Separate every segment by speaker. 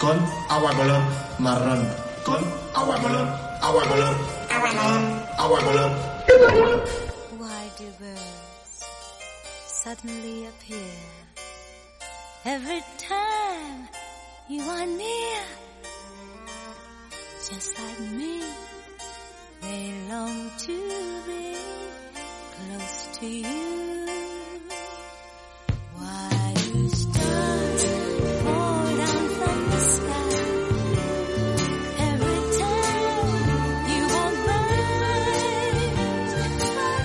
Speaker 1: con agua color marrón, con agua color, agua color, agua color, agua color.
Speaker 2: Why do birds suddenly appear every time you are near? Just like me, they long to be close to you. Why do stars fall down from the sky? Every time you walk by,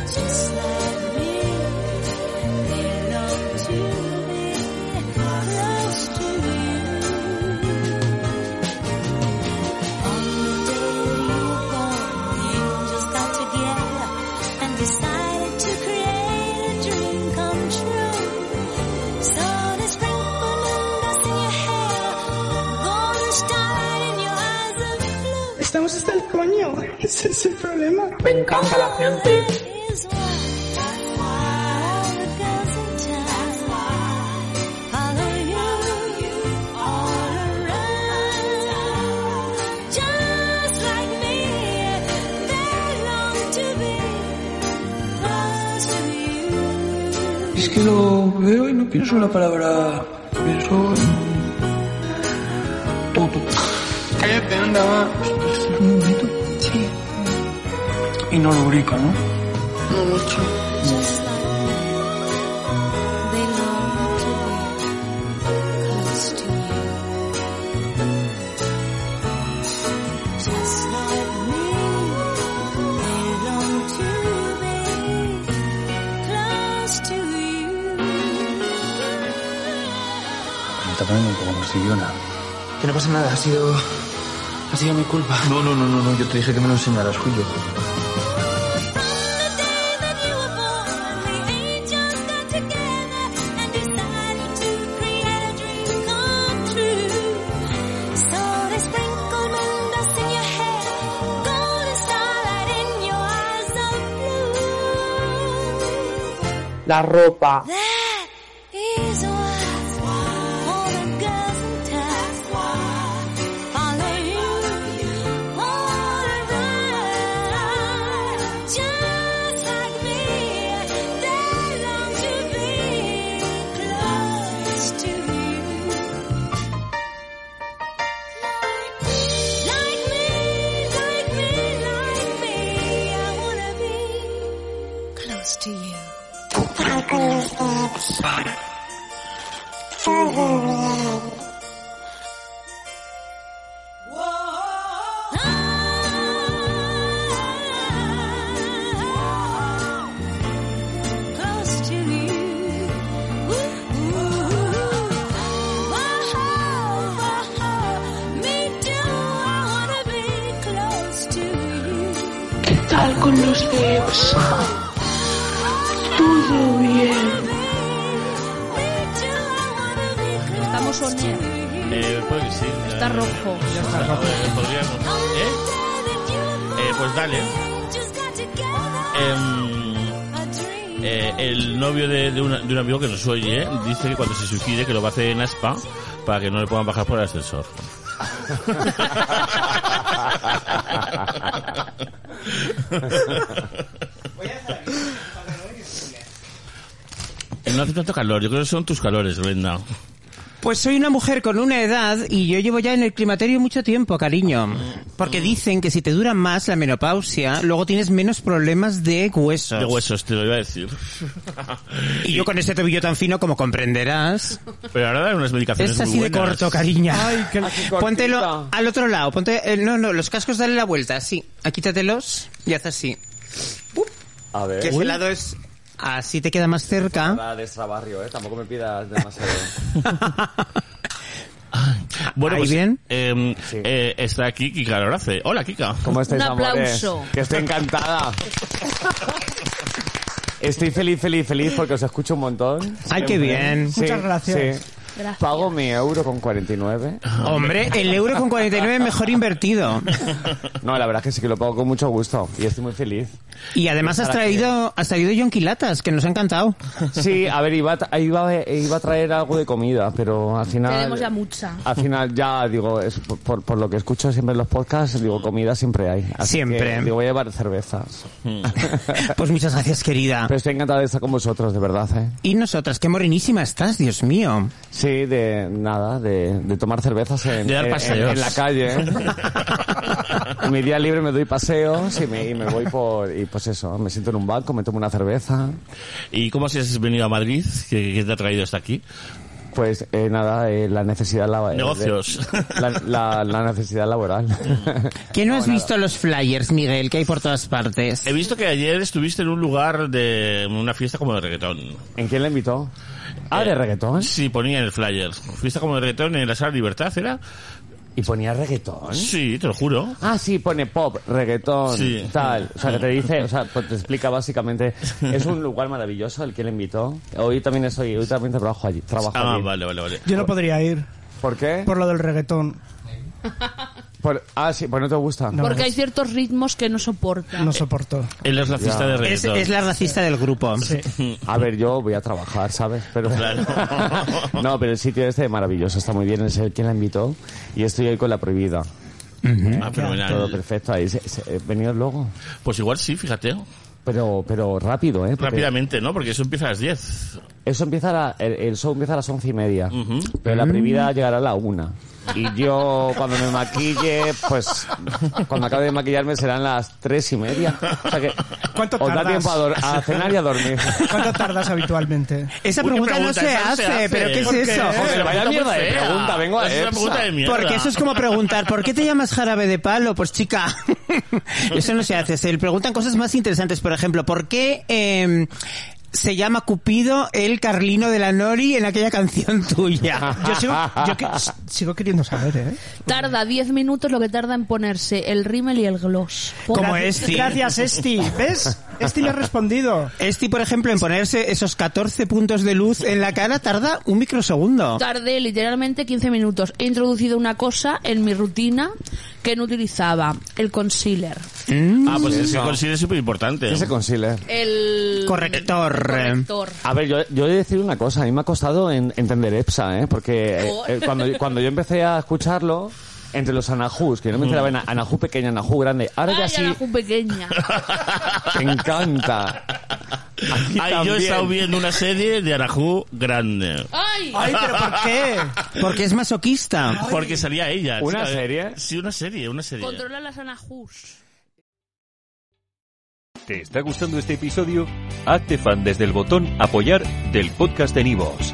Speaker 2: just like me, they long to be close to you. On the day you were born, angels got together and decided to create a dream come true. Sun is sprinkled and dust in your hair, golden star in your eyes of blue.
Speaker 3: Estamos hasta el coño. Ese es el problema.
Speaker 4: Me encanta la gente.
Speaker 5: Es que lo veo y no pienso en la palabra. Pienso en. Todo.
Speaker 3: Cállate, anda.
Speaker 5: Es un bonito.
Speaker 3: Sí,
Speaker 5: Y no lubrica, ¿no?
Speaker 3: no mucho.
Speaker 2: Just like me, they long to be close to you.
Speaker 5: Me está poniendo un poco morcillona.
Speaker 4: Que no pasa nada, ha sido. Ha sido mi culpa. No, no, no, no, no, yo te dije que me lo enseñaras, fui yo.
Speaker 6: La ropa.
Speaker 2: That is why all the girls in town follow you all around. Just like me, they long to be close to you. Like me, like me, like me, I wanna be close to you. Close to you. Me too, I wanna be close to you.
Speaker 3: ¿Qué tal con los dedos? Todo bien.
Speaker 2: Estamos on
Speaker 7: Eh, puede que sí.
Speaker 8: Está rojo.
Speaker 7: Ya está rojo. Podríamos. ¿Eh? Eh, pues dale. Em, eh, el novio de, de, una- de un amigo que nos oye dice que cuando se suicide que lo va a hacer en aspa para que no le puedan bajar por el ascensor. No hace tanto calor, yo creo que son tus calores, Brenda.
Speaker 9: Pues soy una mujer con una edad y yo llevo ya en el climaterio mucho tiempo, cariño. Porque
Speaker 7: Mm.
Speaker 9: dicen que si te dura más la menopausia, luego tienes menos problemas de huesos.
Speaker 7: De huesos, te lo iba a decir.
Speaker 9: Y yo con este tobillo tan fino, como comprenderás,
Speaker 7: Pero ahora dan unas medicaciones
Speaker 9: es así
Speaker 7: muy
Speaker 9: de
Speaker 7: buenas.
Speaker 9: corto, cariño.
Speaker 8: Ay, qué- Así cortita.
Speaker 9: Póntelo al otro lado. Ponte, eh, no, no, los cascos dale Ah, la vuelta, así. Quítatelos y haz así.
Speaker 4: A
Speaker 9: Que ese lado es Así te queda más cerca.
Speaker 8: Nada de extrabarrio, ¿eh? Tampoco me pidas demasiado.
Speaker 7: Bueno,
Speaker 9: ¿Ahí
Speaker 7: pues,
Speaker 9: bien?
Speaker 7: eh, eh, está aquí Kika Lorace. Hola, Kika.
Speaker 8: ¿Cómo estáis,
Speaker 10: Un
Speaker 8: amores?
Speaker 10: aplauso.
Speaker 8: Que estoy encantada. Estoy feliz, feliz, feliz porque os escucho un montón.
Speaker 9: Ay, qué bien. Muchas gracias.
Speaker 10: Gracias.
Speaker 8: Pago mi euro con 49.
Speaker 9: Hombre, el euro con 49 es mejor invertido.
Speaker 8: No, la verdad es que sí que lo pago con mucho gusto y estoy muy feliz.
Speaker 9: Y además has
Speaker 8: Estar
Speaker 9: traído, has traído Yonquilatas, que nos ha encantado.
Speaker 8: Sí, a ver, iba a, tra- iba, a- iba a traer algo de comida, pero al final...
Speaker 10: Tenemos ya mucha.
Speaker 8: Al final ya, digo, es por, por- por lo que escucho siempre en los podcasts, digo, comida siempre hay. Así
Speaker 9: Siempre.
Speaker 8: que, digo, voy a llevar cervezas.
Speaker 9: Pues muchas gracias, querida.
Speaker 8: Pero estoy encantado de estar con vosotros, de verdad, ¿eh?
Speaker 9: Y nosotras, qué morenísima estás, Dios mío.
Speaker 8: Sí, de nada, de, de tomar cervezas en,
Speaker 7: De dar
Speaker 8: en-
Speaker 7: paseos.
Speaker 8: en la calle. en mi día libre me doy paseos y me, y me voy por... Y pues eso, me siento en un banco, me tomo una cerveza.
Speaker 7: ¿Y cómo has venido a Madrid? ¿Qué, qué te ha traído hasta aquí?
Speaker 8: Pues eh, nada, eh, la necesidad laboral.
Speaker 7: Negocios.
Speaker 8: La, la- la necesidad laboral.
Speaker 9: ¿Que no has visto los flyers, Miguel, que hay por todas partes?
Speaker 7: He visto que ayer estuviste en un lugar de una fiesta como de reggaetón.
Speaker 8: ¿En quién la invitó? Ah,
Speaker 7: Eh,
Speaker 8: de reggaetón.
Speaker 7: Sí, ponía en el flyer. Fiesta como de reggaetón en la sala Libertad, ¿era?
Speaker 8: ¿Ah? ¿Y ponía reggaetón?
Speaker 7: Sí, te lo juro.
Speaker 8: Ah, sí, pone pop, reggaetón,
Speaker 7: Sí.
Speaker 8: tal. O sea, que te dice, o sea, pues te explica básicamente. Es un lugar maravilloso el que le invitó. Hoy también soy, hoy también trabajo allí. Trabajo
Speaker 7: Ah,
Speaker 8: allí.
Speaker 7: vale, vale, vale.
Speaker 11: Yo no podría ir
Speaker 8: ¿Por qué?
Speaker 11: por lo del reggaetón.
Speaker 8: Por- ah, sí, pues no te gusta.
Speaker 10: Porque hay ciertos ritmos que no soporta.
Speaker 11: No soporto.
Speaker 7: Él es racista
Speaker 8: Ya.
Speaker 7: de
Speaker 9: Es,
Speaker 7: reggaetón.
Speaker 9: es la racista del grupo.
Speaker 8: A ver, yo voy a trabajar, ¿sabes? Pero... no, pero el sitio este es maravilloso, está muy bien. Es el que la invitó y estoy hoy con la prohibida.
Speaker 7: Ah,
Speaker 8: Todo
Speaker 7: fenomenal.
Speaker 8: perfecto. Ahí, se- se- eh, venido luego.
Speaker 7: Pues igual sí, fíjate.
Speaker 8: Pero, pero rápido, ¿eh? Porque
Speaker 7: Rápidamente, ¿no? Porque eso empieza a las 10.
Speaker 8: Eso empieza a la- el, el show empieza a las once y media. Pero
Speaker 11: Mm.
Speaker 8: la prohibida llegará a la una. Y yo, cuando me maquille, pues, cuando acabe de maquillarme serán las tres y media. O sea que,
Speaker 11: ¿Cuánto
Speaker 8: os da
Speaker 11: tardas?
Speaker 8: tiempo a, dor- a cenar y a dormir.
Speaker 11: ¿Cuánto tardas habitualmente?
Speaker 9: Esa
Speaker 7: Uy, qué
Speaker 9: pregunta, no
Speaker 7: pregunta,
Speaker 9: se
Speaker 7: esa no
Speaker 9: hace,
Speaker 7: se hace.
Speaker 9: pero ¿qué
Speaker 7: ¿Por
Speaker 9: es
Speaker 7: qué?
Speaker 9: eso?
Speaker 8: Joder, vaya
Speaker 7: Pregunta
Speaker 8: mierda
Speaker 7: muy
Speaker 8: de
Speaker 7: fea.
Speaker 8: pregunta, vengo a
Speaker 7: Es una
Speaker 8: EPSA.
Speaker 7: pregunta de mierda.
Speaker 9: Porque eso es como preguntar, ¿por qué te llamas jarabe de palo? Pues chica, eso no se hace. Se le preguntan cosas más interesantes, por ejemplo, ¿por qué eh, se llama Cupido el Carlino de la Nori en aquella canción tuya?
Speaker 11: Yo sigo, yo que- s- sigo queriendo saber, ¿eh?
Speaker 10: Tarda 10 minutos lo que tarda en ponerse el rímel y el gloss.
Speaker 9: Como
Speaker 10: Pobre-
Speaker 9: Esti.
Speaker 11: Gracias, Esti. ¿Ves? Esti me ha respondido.
Speaker 9: Esti, por ejemplo, en ponerse esos 14 puntos de luz en la cara tarda un microsegundo.
Speaker 10: Tardé literalmente 15 minutos. He introducido una cosa en mi rutina que no utilizaba, el concealer.
Speaker 7: Ah,
Speaker 8: Mm.
Speaker 7: pues ese considera súper importante.
Speaker 8: ¿Qué se consigue?
Speaker 10: El
Speaker 9: Corrector.
Speaker 10: el corrector.
Speaker 8: A ver, yo, yo he de decir una cosa, a mí me ha costado en- entender EPSA, ¿eh? porque eh,
Speaker 10: Oh.
Speaker 8: eh, cuando, cuando yo empecé a escucharlo, entre los anajús, que yo no me enteraba en a- anajú pequeña, anajú grande, ahora ya
Speaker 10: Ay,
Speaker 8: sí,
Speaker 10: Anahu pequeña.
Speaker 8: me encanta. Aquí
Speaker 7: Ay, yo he
Speaker 8: también.
Speaker 7: estado viendo una serie de Arajú grande.
Speaker 10: Ay,
Speaker 11: Ay, pero ¿por qué?
Speaker 9: Porque es masoquista.
Speaker 7: Porque salía ella.
Speaker 8: ¿Una
Speaker 7: chica. eh,
Speaker 8: serie?
Speaker 7: Sí, una serie, una serie.
Speaker 10: controla las anajus.
Speaker 12: ¿Te está gustando este episodio? Hazte fan desde el botón Apoyar del podcast de Nivos.